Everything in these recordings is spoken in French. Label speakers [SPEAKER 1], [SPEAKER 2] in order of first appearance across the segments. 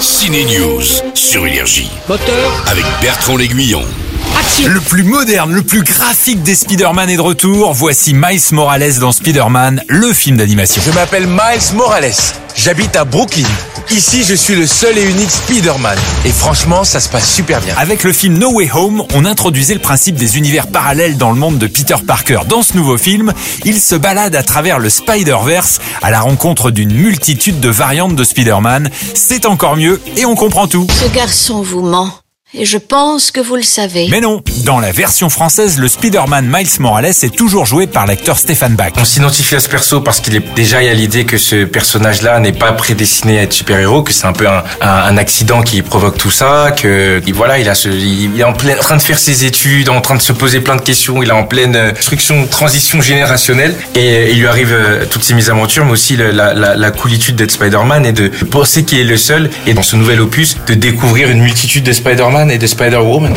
[SPEAKER 1] Ciné News sur Énergie
[SPEAKER 2] Moteur,
[SPEAKER 1] avec Bertrand L'Aiguillon.
[SPEAKER 2] action
[SPEAKER 3] Le plus moderne, le plus graphique des Spider-Man est de retour. Voici Miles Morales dans Spider-Man, le film d'animation.
[SPEAKER 4] Je m'appelle Miles Morales. J'habite à Brooklyn. Ici, je suis le seul et unique Spider-Man. Et franchement, ça se passe super bien.
[SPEAKER 3] Avec le film No Way Home, on introduisait le principe des univers parallèles dans le monde de Peter Parker. Dans ce nouveau film, il se balade à travers le Spider-Verse à la rencontre d'une multitude de variantes de Spider-Man. C'est encore mieux et on comprend tout.
[SPEAKER 5] Ce garçon vous ment, et je pense que vous le savez.
[SPEAKER 3] Mais non, dans la version française, le Spider-Man Miles Morales est toujours joué par l'acteur Stéphane Bach.
[SPEAKER 6] On s'identifie à ce perso parce qu'il est déjà il y a l'idée que ce personnage-là n'est pas prédestiné à être super-héros, que c'est un peu un, un- un accident qui provoque tout ça, que et voilà il a ce, il est en plein en train de faire ses études, en train de se poser plein de questions, il est en pleine euh, construction, transition générationnelle et euh, il lui arrive euh, toutes ces mésaventures, mais aussi le- la, la, la coolitude d'être Spider-Man et de penser qu'il est le seul et dans ce nouvel opus de découvrir une multitude de Spider-Man et de Spider-Woman.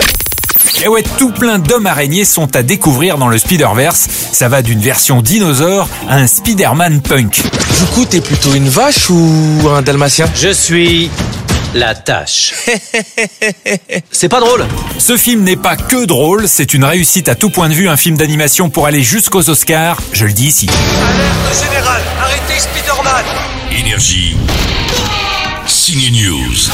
[SPEAKER 3] Et Eh ouais, tout plein d'hommes araignées sont à découvrir dans le Spider-Verse. Ça va d'une version dinosaure à un Spider-Man punk.
[SPEAKER 4] Du coup, t'es plutôt une vache ou un dalmatien
[SPEAKER 2] je suis la tâche. C'est pas drôle.
[SPEAKER 3] Ce film n'est pas que drôle, c'est une réussite à tout point de vue, un film d'animation pour aller jusqu'aux Oscars, je le dis ici.
[SPEAKER 1] Énergie. Ciné News.